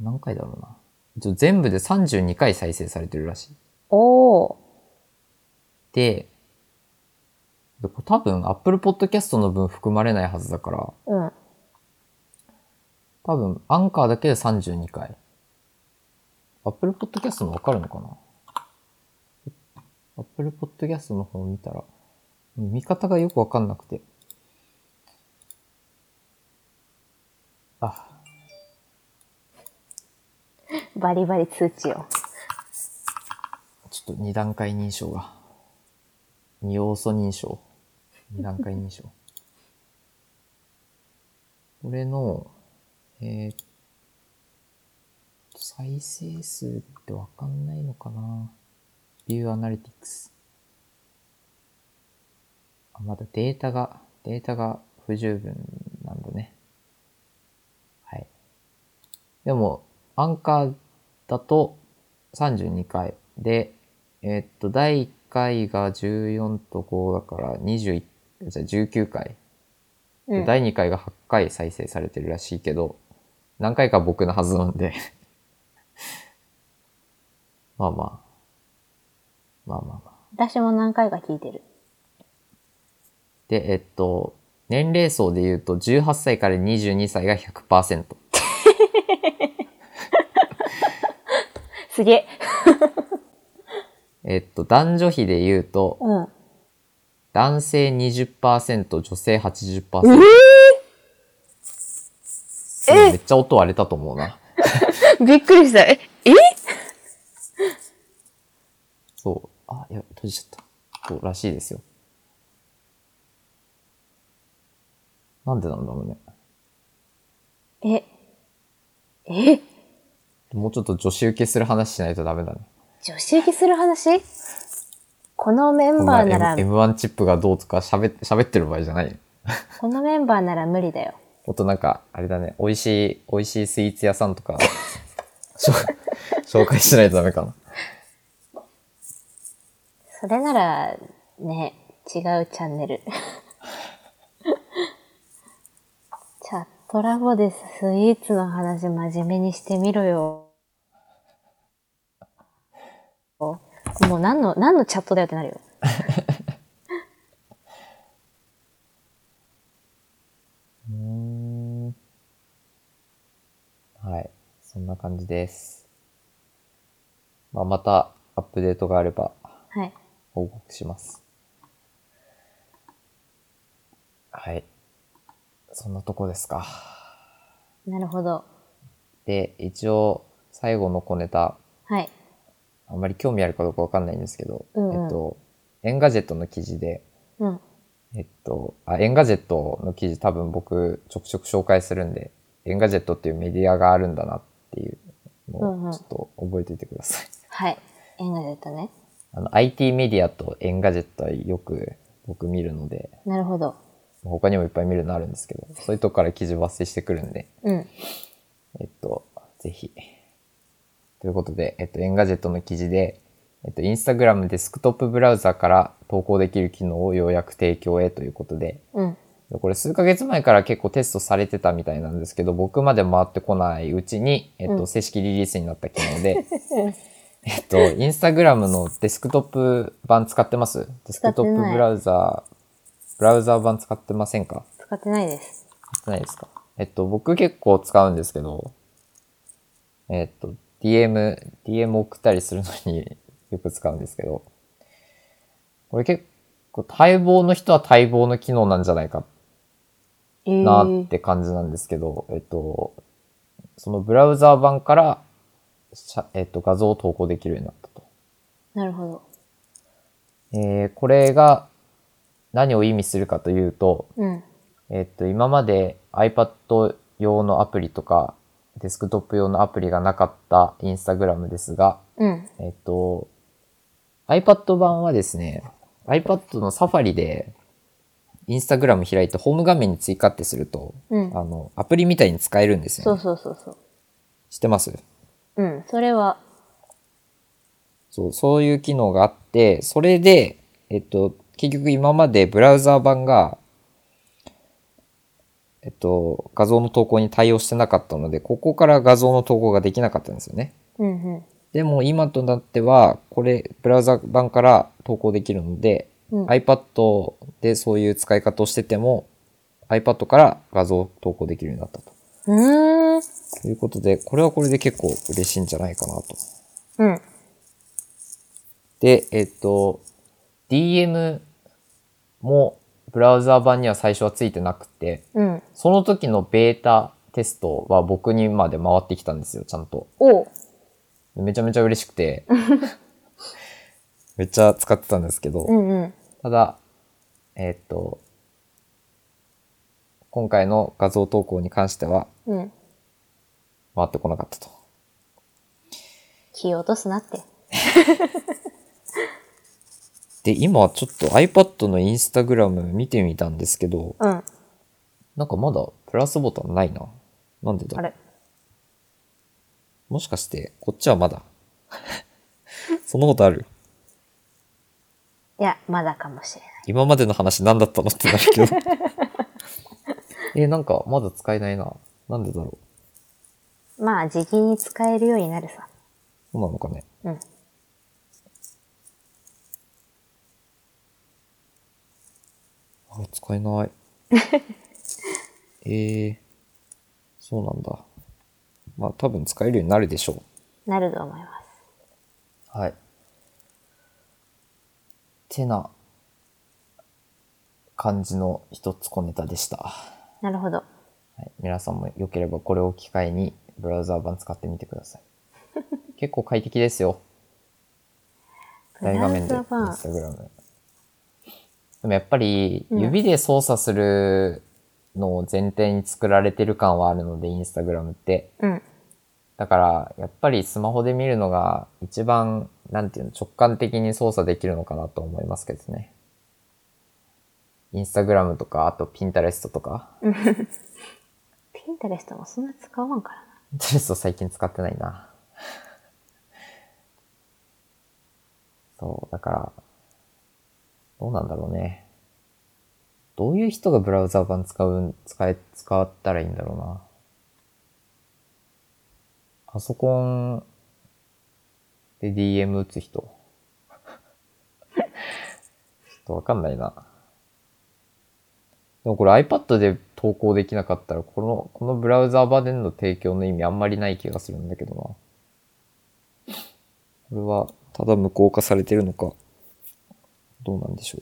何回だろうな。一応全部で32回再生されてるらしい。
おー。
で、でこれ多分 Apple Podcast の分含まれないはずだから、
うん。
多分アンカーだけで32回。Apple Podcast のわかるのかな ?Apple Podcast の方見たら、見方がよくわかんなくて。あ、
バリバリ通知を。
ちょっと二段階認証が。二要素認証。二段階認証。 *laughs* これの、えーっと、再生数ってわかんないのかなビューアナリティクス。あ、まだデータが、データが不十分なんだね。はい。でも、アンカーだと32回。で、えーっと、第1回が14と5だから21、じゃあ19回。で
うん
第2回が8回再生されてるらしいけど、何回か僕のはずなんで。 *laughs* まあまあ。まあまあまあ。
私も何回か聞いてる。
で、えっと、年齢層で言うと18歳から22歳が100%。
すげえ。
えっと、男女比で言うと、
うん。
男性20%、女性80%。そ
え
うめっちゃ音割れたと思うな。
びっくりした。ええ
そう。あ、いや、閉じちゃった。そうらしいですよ。なんでなんだろうね。
ええ
もうちょっと女子受けする話しないとダメだね。
女子受けする話このメン
こん
バ
な
ーなら、
M- M1 チップがどうとか喋って喋ってる場合じゃないよ。
このメンバーなら無理だよ。
あとなんか、あれだね、美味しい、美味しいスイーツ屋さんとか、 *laughs* しょ紹介しないとダメかな。
それなら、ね、違うチャンネル。 *laughs* チャットラボでスイーツの話真面目にしてみろよ。もう何の、何のチャットだよってなるよ。
うーん。はい。そんな感じです。まあ、またアップデートがあれば
はい。
報告します。はい。そんなとこですか。
なるほど。
で、一応、最後の小ネタ、
はい。
あんまり興味あるかどうかわかんないんですけど、
うんうん
えっと、エンガジェットの記事で、
うん。
えっと、あ、エンガジェットの記事多分僕ちょくちょく紹介するんで、エンガジェットっていうメディアがあるんだなっていう
うんう
の
ん
をちょっと覚えておいてください。
はい。エンガジェットね。
あの、IT メディアとエンガジェットはよく僕見るので、
なるほど。
他にもいっぱい見るのあるんですけど、そういうとこから記事抜粋してくるんで、
うん。
えっと、ぜひ。ということで、えっと、エンガジェットの記事で、えっと、インスタグラムデスクトップブラウザから投稿できる機能をようやく提供へということで、
うん。
でこれ数ヶ月前から結構テストされてたみたいなんですけど、僕まで回ってこないうちに、えっと、
うん
正式リリースになった機能で、 *laughs* えっと、インスタグラムのデスクトップ版使ってますデスクトップブラウザー、ブラウザー版使ってませんか
使ってないです。
使ってないですかえっと、僕結構使うんですけど、えっと、DM、DM 送ったりするのに *laughs* よく使うんですけど、これ結構待望の人は待望の機能なんじゃないか
えー
なって感じなんですけど、えっと、そのブラウザー版から、しゃえっと、画像を投稿できるようになったと。
なるほど。
えーこれが何を意味するかというと、
うん。
えっと、今まで iPad 用のアプリとか、デスクトップ用のアプリがなかった Instagram ですが、
うん。
えっと、iPad 版はですね、iPad の Safari で Instagram 開いてホーム画面に追加ってすると、
うん
あの、アプリみたいに使えるんですよ、ね。
そうそうそうそう。
知ってます
うん。それは、
そう、そういう機能があって、それで、えっと、結局今までブラウザー版が、えっと、画像の投稿に対応してなかったので、ここから画像の投稿ができなかったんですよね。
うんうん。
でも今となっては、これ、ブラウザ版から投稿できるので、
うん
iPad でそういう使い方をしてても、iPad から画像を投稿できるようになったと。
うーん。
ということで、これはこれで結構嬉しいんじゃないかなと。
うん。
で、えっと、DM もブラウザー版には最初はついてなくて、
うん。
その時のベータテストは僕にまで回ってきたんですよ、ちゃんと。
おう。
めちゃめちゃ嬉しくて、 *laughs* めっちゃ使ってたんですけど、
うんうん。
ただ、えーっと、今回の画像投稿に関しては
うん。
回ってこなかったと。
気を落とすなって。
で、今ちょっと iPad のインスタグラム見てみたんですけど、
うん。
なんかまだプラスボタンないな。なんでだ
あれ。
もしかして、こっちはまだ。 *laughs* そんなことある
いや、まだかもしれない。
今までの話何だったのってなるけど。 *laughs* え、なんかまだ使えないな。なんでだろう。
まあ、時期に使えるようになるさ。
そうなのかね。
うん。
あ、使えない。 *laughs* えー、そうなんだ。まあ多分使えるようになるでしょ
なると思います。
う。はい。てな感じの一つ小ネタでした。
なるほど。
はい、皆さんも良ければこれを機会にブラウザー版使ってみてくだ
*laughs*
さい。結構快適ですよ。大画面で、イ
ブラウザ版
ンスタグラム。でもやっぱり、
うん
指で操作するのを前提に作られてる感はあるので、インスタグラムって。
うん。
だから、やっぱりスマホで見るのが一番、なんていうの、直感的に操作できるのかなと思いますけどね。インスタグラムとか、あとピンタレストとか。
ピンタレストもそんな使わんからな。
ピンタレスト最近使ってないな。そう、だから、どうなんだろうね。どういう人がブラウザ版使う、使え、使ったらいいんだろうな。パソコンで DM 打つ人。ちょっとわかんないな。でもこれ iPad で投稿できなかったら、この、このブラウザー版での提供の意味あんまりない気がするんだけどな。これは、ただ無効化されてるのか、どうなんでしょう。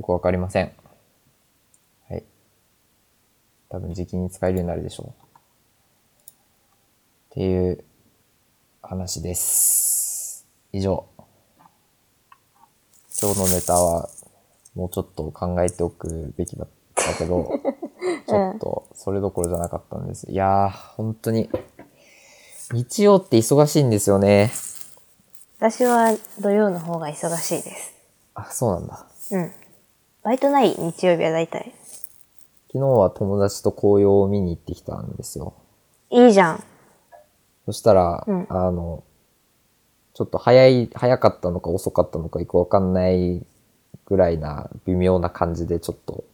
よくわかりません。はい。多分時期に使えるようになるでしょう。っていう話です。以上。今日のネタは、もうちょっと考えておくべきだったけど、ちょっと、それどころじゃなかったんです。いやー、本当に。日曜って忙しいんですよね。
私は土曜の方が忙しいです。
あ、そうなんだ。
うん。バイトない日曜日は大体。
昨日は友達と紅葉を見に行ってきたんですよ。
いいじゃん。
そしたら、
うん
あの、ちょっと早い、早かったのか遅かったのかよくわかんないぐらいな微妙な感じでちょっ
*laughs*
と、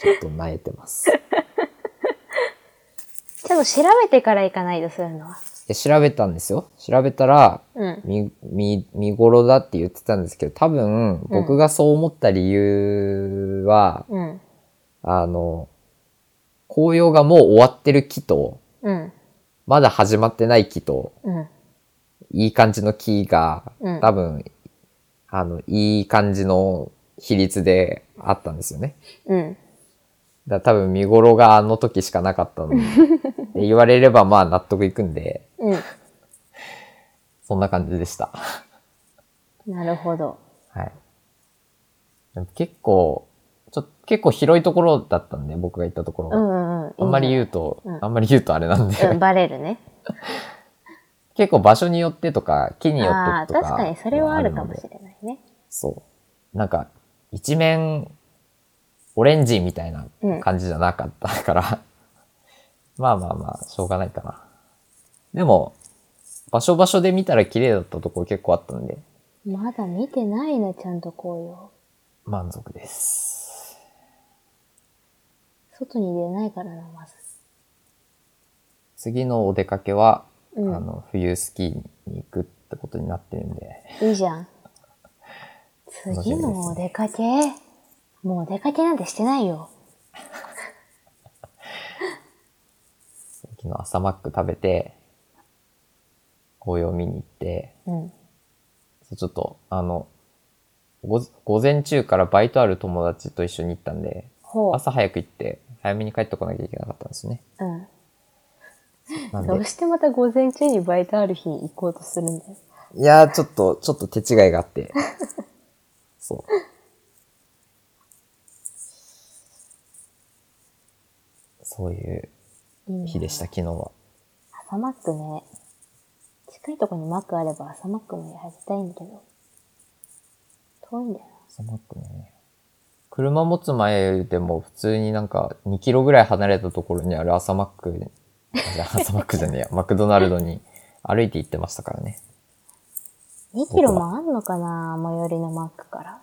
ちょっと泣えてます。
でも調べてから行かないとするのは。
で調べたんですよ。調べたら、
うん。
見、見、見頃だって言ってたんですけど、多分、僕がそう思った理由は、
うん。
あの、紅葉がもう終わってる木と、
うん。
まだ始まってない木と、
うん。
いい感じの木が
うん、
多分、あの、いい感じの比率であったんですよね。
うん。
だから多分見頃があの時しかなかった
*laughs*
ので言われればまあ納得いくんで、
うん。
そんな感じでした。
なるほど。
はい。でも結構、ちょっと結構広いところだったんで、僕が行ったところ
う
が。
んうんうん。
あんまり
う。
言うと、
うん
あんまり言うとあれなんで、
うん、バレるね。
*laughs* 結構場所によってとか、木によ
あ
っ
あー、
てとか。
確かにそれはあるかもし
ない。
れないね。
そう。なんか、一面、オレンジみたいな感じじゃなかったから、 *laughs* まあまあまあ、しょうがないかな。でも、場所場所で見たら綺麗だったところ結構あったんで、
まだ見てないな、ちゃんと紅葉。
満足です。
外に出ないからな、まず。
次のお出かけは、
うん
あの、冬スキーに行くってことになってるんで、
いいじ
*laughs*
ゃん。
楽しみですね
次のお出かけ。もうお出かけなんてしてないよ。
昨日朝マック食べて、紅葉見に行って、
うん。
そうちょっと、あの、ご午前中からバイトある友達と一緒に行ったんで、
ほう。
朝早く行って、早めに帰ってこなきゃいけなかったんですね。
うん。
なん
どう
で、
してまた午前中にバイトある日に行こうとするんだよ。
いやー、ちょっと、ちょっと手違いがあって。そう。そういう
いいな
日でした、昨日は。
朝マックね。近いとこにマックあれば朝マックも入りたいんだけど。遠いんだよ
朝マックね。車持つ前でも普通になんか2キロぐらい離れたところにある朝マック、 *laughs* あじゃあ朝マックじゃねえや、マクドナルドに歩いて行ってましたからね。
な。2キロもあんのかな最寄りのマックから。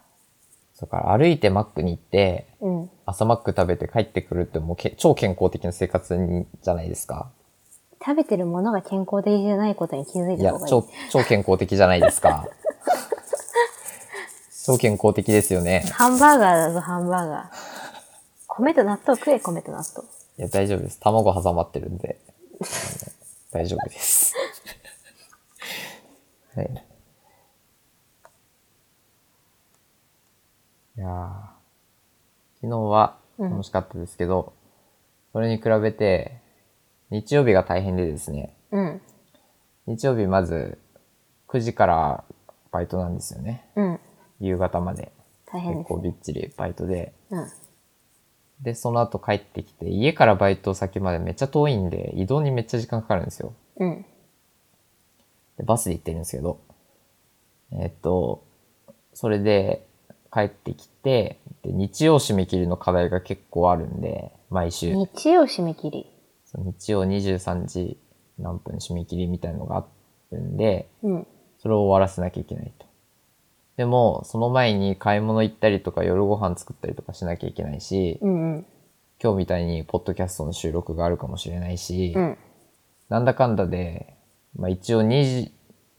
だから歩いてマックに行って、
うん。
朝マック食べて帰ってくるってもうけ超健康的な生活にじゃないですか。
食べてるものが健康的じゃないことに気づい
い
た
や
方が、いい。
超、超健康的じゃないです
*laughs*
か。超健康的ですよね。
ハンバーガーだぞ、ハンバーガー。 *laughs* 米と納豆食え、米と納豆。
いや、大丈夫です。卵挟まってるんで。あの大丈夫です。 *laughs* はい。いやー昨日は
うん
楽しかったですけど、それに比べて、日曜日が大変でですね、
うん。
日曜日まず9時からバイトなんですよね。
うん。
夕方まで。
大変
結
です
構。びっちりバイトで。
うん。
で、その後帰ってきて、家からバイト先までめっちゃ遠いんで、移動にめっちゃ時間かかるんですよ。
うん。
で、バスで行ってるんですけど。えっと、それで帰ってきて、で、日曜締め切りの課題が結構あるんで、毎週。
日曜締め切り。
その日曜23時何分締め切りみたいのがあるんで、
うん。
それを終わらせなきゃいけないと。でも、その前に買い物行ったりとか夜ご飯作ったりとかしなきゃいけないし、
うんうん。
今日みたいにポッドキャストの収録があるかもしれないし、
うん。
なんだかんだで、まあ、一応2時、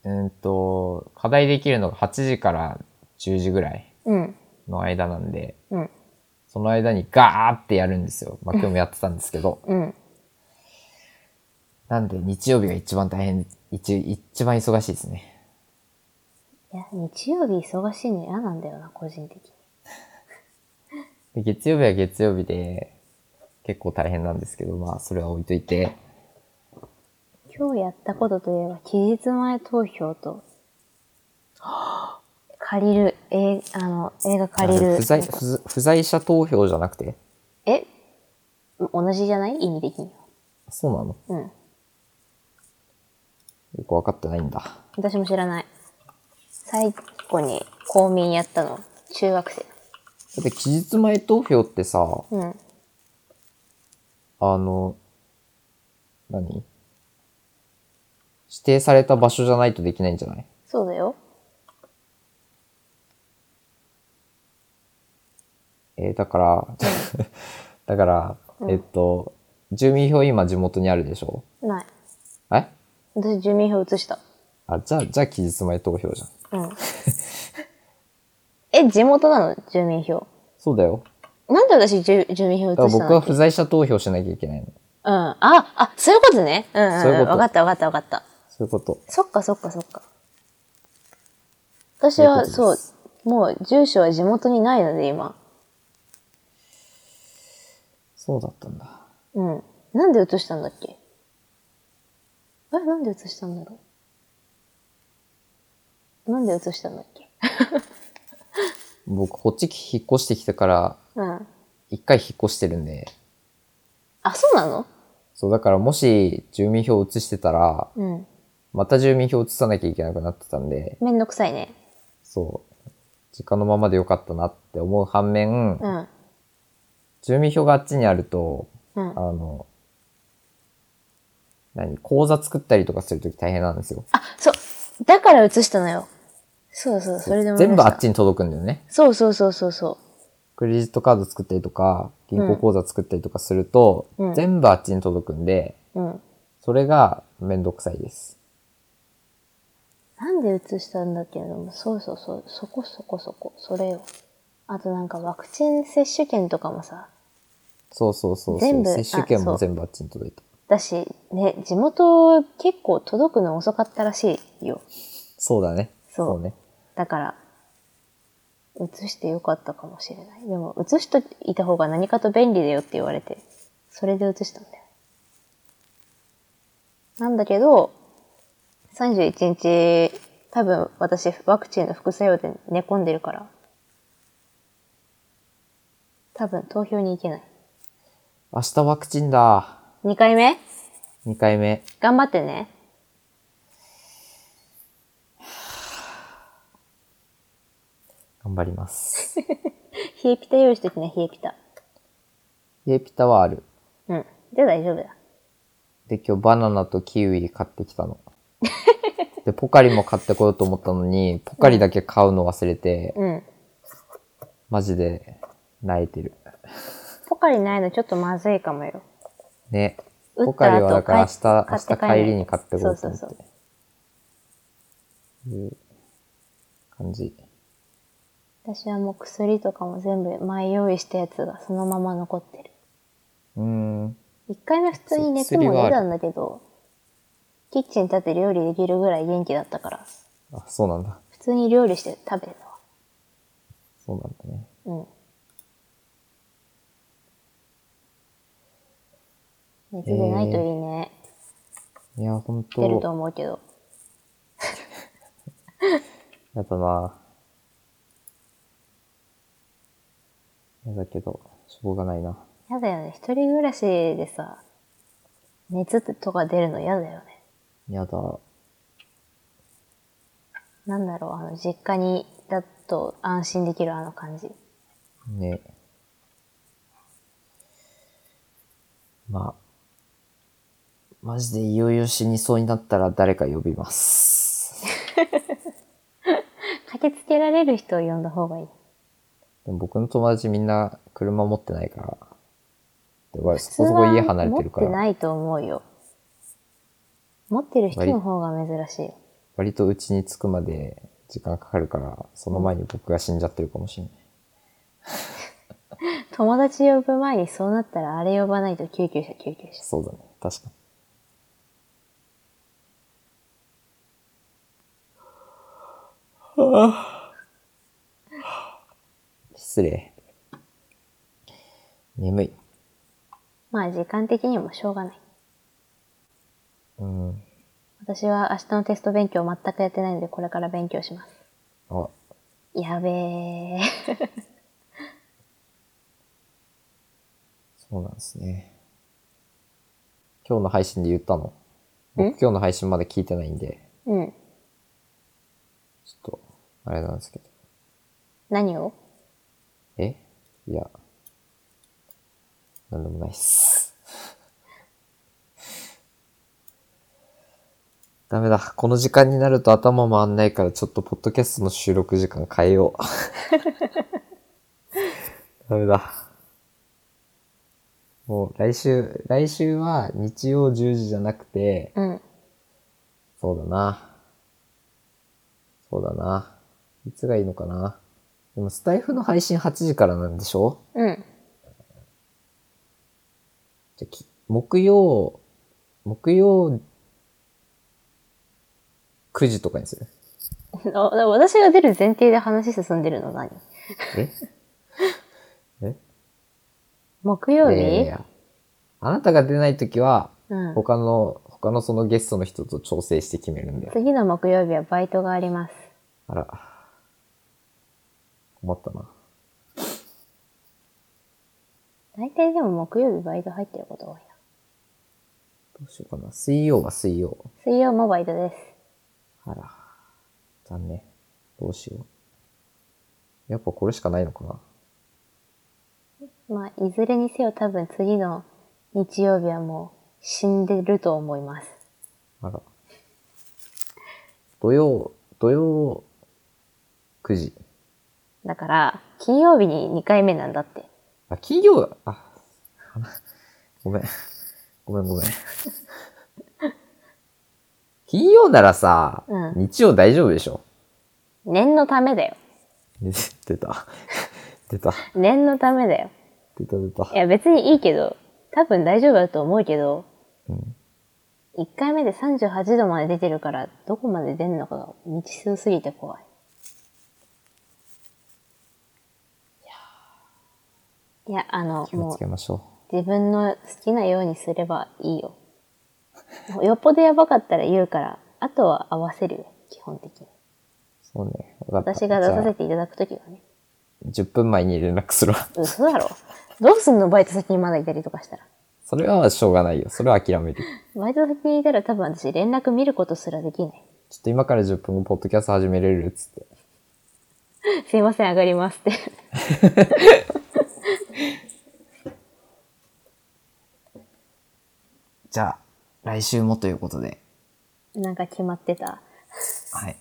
うんと、課題できるのが8時から10時ぐらい
うん。
の間なんで、
うん。
その間にガーってやるんですよ。まあ、今日もやってたんですけ
*laughs*
ど。
うん。
なんで日曜日が一番大変、一一番忙しいですね。
いや、日曜日忙しいの嫌なんだよな、個人的に。
で月曜日は月曜日で、結構大変なんですけど、まあ、それは置いといて、
今日やったことといえば、期日前投票と、借りる、え、あの、映画借りる
不。在不在不在者投票じゃなくて、
え同じじゃない意味的には。
そうなの
うん。
よくわかってないんだ。
私も知らない。最後に公民やったの、中学生。
だって期日前投票ってさ、
うん。
あの、何指定された場所じゃないとできないんじゃない
そうだよ。
えーだから、 *laughs* だから、えっと、住民票今地元にあるでしょ
ない。
え
私、住民票移した。
あ、じゃあ、じゃあ期日前投票じゃん。 *laughs*
うん。え、地元なの住民票。
そうだよ。
なんで私、住住民票
だ
移
から
した
僕は
の
不在者投票しなきゃいけないの。
うん。あ、あ、そういうことね。うんうん、
そういうこ
うん。
と
わかったわかったわかった。
そういうこと。
そっかそっかそっか。私
そういうこと
は、
です
そう、もう住所は地元にないので今。
そうだったんだ。
うん。なんで移したんだっけえ、なんで移したんだろうなんで移したんだっけ
僕、こっち引っ越してきてから、
うん。
一回引っ越してるんで、
あ、そうなの
そう、だからもし住民票移してたら、
うん。
また住民票移さなきゃいけなくなってたんで、
めんどくさいね。
そう。実家のままでよかったなって思う反面、
うん。
住民票があっちにあると、
うん
あ。の、何口座作ったりとかするとき大変なんですよ。
あ、そう。だから移したのよ。そうそう、それでも。
全部あっちに届くんだよね。
そうそうそうそうそ
クレジットカード作ったりとか、銀行口座作ったりとかすると、
うん
全部あっちに届くんで、
う。うん。
それがめんどくさいです。
なんで移したんだっけども、そうそうそう、そこそこそこ、それよ。あとなんかワクチン接種券とかもさ、
そうそうそうそ
全
う。
部
接種券
あそ
も
う
全部あっちに届いた。
だし、ね、地元結構届くの遅かったらしいよ。
そうだね。
そう
ね。
だから、移してよかったかもしれない。でも、移しといた方が何かと便利だよって言われて、それで移したんだよ。なんだけど、31日、多分私、ワクチンの副作用で寝込んでるから、多分投票に行けない。
明日ワクチンだ。
2回目
2回目。
頑張ってね。
頑張り
*laughs*
ます。
冷えピタ用意しときね、冷えピタ。
冷えピタはある。
うん。じゃあ大丈夫だ。
で、今日バナナとキウイ買ってきたの。で、ポカリも買ってこようと思ったのに、ポカリだけ買うの忘れて、
うん。
マジで泣いてる。
ポカリないのちょっとまずいかもよ。
ね。
打
ポ
った後
カリはだから明日、
買
明
っ
日
買って帰る
帰りに買ってこようと思って。
そうそう
いう感じ。
私はもう薬とかも全部前用意したやつがそのまま残ってる。
うーん。
一回目普通に寝
そ
て
う薬
も
はあ
出
る
たんだけど、キッチン立って料理できるぐらい元気だったから、
あ、そうなんだ。
普通に料理して食べて
そうなんだね。
たわ。うん。熱出ないといいね。
いや、ほんと。
出ると思うけど。
やだなぁ。やだけど、しょうがないな。
やだよね。一人暮らしでさ、熱とか出るの嫌だよね。
やだ。
なんだろう、あの、実家に、だと安心できるあの感じ。
ね。まあ、マジでいよいよ死にそうになったら誰か呼びます。
駆けつけられる人を呼んだ方がいい。
でも僕の友達みんな車持ってないから。でわ
普
そ
通
こそこ
は
家離れてるか
持ってな
ら、
いと思うよ。持ってる人の方が珍しい。
割と家に着くまで時間かかるから、その前に僕が死んじゃってるかもしれない。
友達呼ぶ前にそうなったらあれ呼ばないと救急車救急車。
そうだね。確かに。失礼。眠い。
まあ時間的にもしょうがない。
うん。
私は明日のテスト勉強全くやってないのでこれから勉強します。
あ、
やべえ。
そうなんですね。今日の配信で言ったの。
ん
僕今日の配信まで聞いてないんで、
うん。
ちょっと、あれなんですけど。
何を
えいや、なんでもないっす。 *laughs* ダメだ。この時間になると頭回んないから、ちょっとポッドキャストの収録時間変えよう。 *laughs* ダメだ。もう来週、来週は日曜10時じゃなくて、
うん。
そうだな。そうだな。いつがいいのかな。でもスタイフの配信8時からなんでしょ
うん。
じゃき木曜、木曜、9時とかにする。
あ私が出る前提で話進んでるの何
ええ
木曜日、
いやいやいやあなたが出ないときは、
うん。
他の、他のそのゲストの人と調整して決めるんだよ。
次の木曜日はバイトがあります。
あら。困ったな。
大体でも木曜日バイト入ってることが多いな。
どうしようかな。水曜は水曜。
水曜もバイトです。
あら。残念。どうしよう。やっぱこれしかないのかな。
まあ、いずれにせよ多分次の日曜日はもう死んでると思います。
あら。土曜、土曜、9時。
だから、金曜日に2回目なんだって。
あ、金曜、あ、ごめん。ごめんごめん。金曜ならさ、
うん
日曜大丈夫でしょ
念のためだよ。
出出た。出た。
念のためだよ。
出た出た
い。や、別にいいけど、多分大丈夫だと思うけど、
うん
1回目で38度まで出てるから、どこまで出んのかが未知数すぎて怖い。いや、あの、
気を
も
つけ
う
ましょ
自分の好きなようにすればいいよ。よっぽどやばかったら言うから、あとは合わせるよ、基本的に。
う。そうね。わかった
私が出さ
じゃ
せていただくときはね。
あ10分前に連絡するわ。 *laughs*
嘘だろ。どうすんのバイト先にまだいたりとかしたら。
それはしょうがないよ。それは諦める。
バイト先にいたら多分私連絡見ることすらできない。
ちょっと今から10分後、ポッドキャスト始めれるっつって。
すいません、上がりますって。
じゃあ、来週もということで。
なんか決まってた。
はい。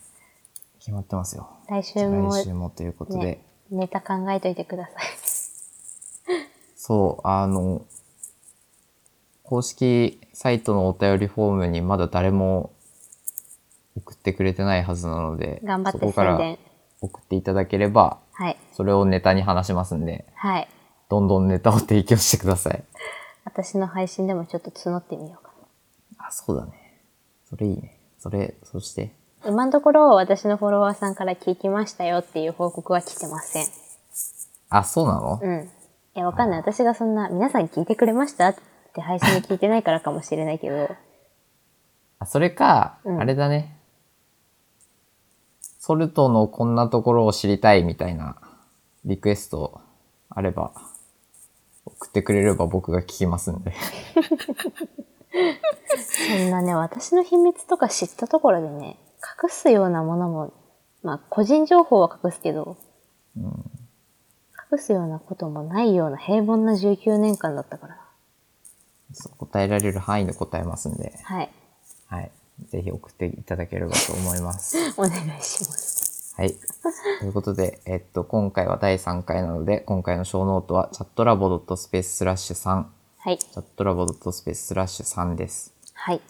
決まってますよ。
来週も
来週もということで。
ね、ネタ考えといてください。
そう、あの、公式サイトのお便りフォームにまだ誰も送ってくれてないはずなので、
頑張っ
そ
て
こか
宣
ら
伝。
送っていただければ、
はい。
それをネタに話しますんで、
はい。
どんどんネタを提供してください。
私の配信でもちょっと募ってみようか
あ、そうだね。それいいね。それ、そして、
な。今のところ私のフォロワーさんから聞きましたよっていう報告は来てません。
あ、そうなの、
うん。いや、わかんない。私がそんな、皆さん聞いてくれましたって配信で聞いてないからかもしれないけど、
あ、それか、
うん
あれだね。ソルトのこんなところを知りたいみたいなリクエストあれば、送ってくれれば僕が聞きますんで。 *laughs*
そんなね、私の秘密とか知ったところでね、隠すようなものも、まあ、個人情報は隠すけど、隠すようなこともないような平凡な19年間だったからな。
そう答えられる範囲で答えますんで、
はい。
はい。ぜひ送っていただければと思います。
*laughs* お願いします。
はい。ということで、えっと、今回は第3回なので、今回の小ノートは、チャットラボ .space スラッシュ3、
はい。
チャットラボ .space スラッシュ3です。
はい。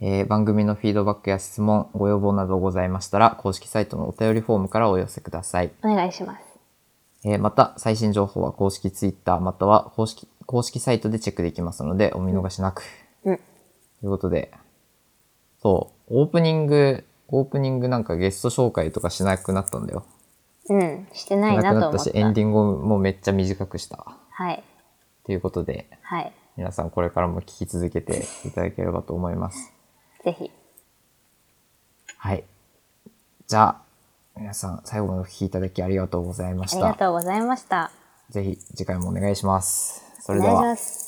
えー番組のフィードバックや質問、ご要望などございましたら、公式サイトのお便りフォームからお寄せください。
お願いします。
えーまた、最新情報は公式ツイッターまたは公式、公式サイトでチェックできますので、お見逃しなく。
うん。
ということで、そう、オープニング、オープニングなんかゲスト紹介とかしなくなったんだよ。
うん。してない
なく
なと
なっ
思
た
っ
し、
た。
エンディングもめっちゃ短くした。
はい。
ということで、
はい。
皆さんこれからも聞き続けていただければと思います。
ぜひ。
はい。じゃあ、皆さん最後までお聞きいただきありがとうございま
あ
し
りが
た。
とうございました。
ぜひ次回もお願いします。それで
お願いし
は
ま。す。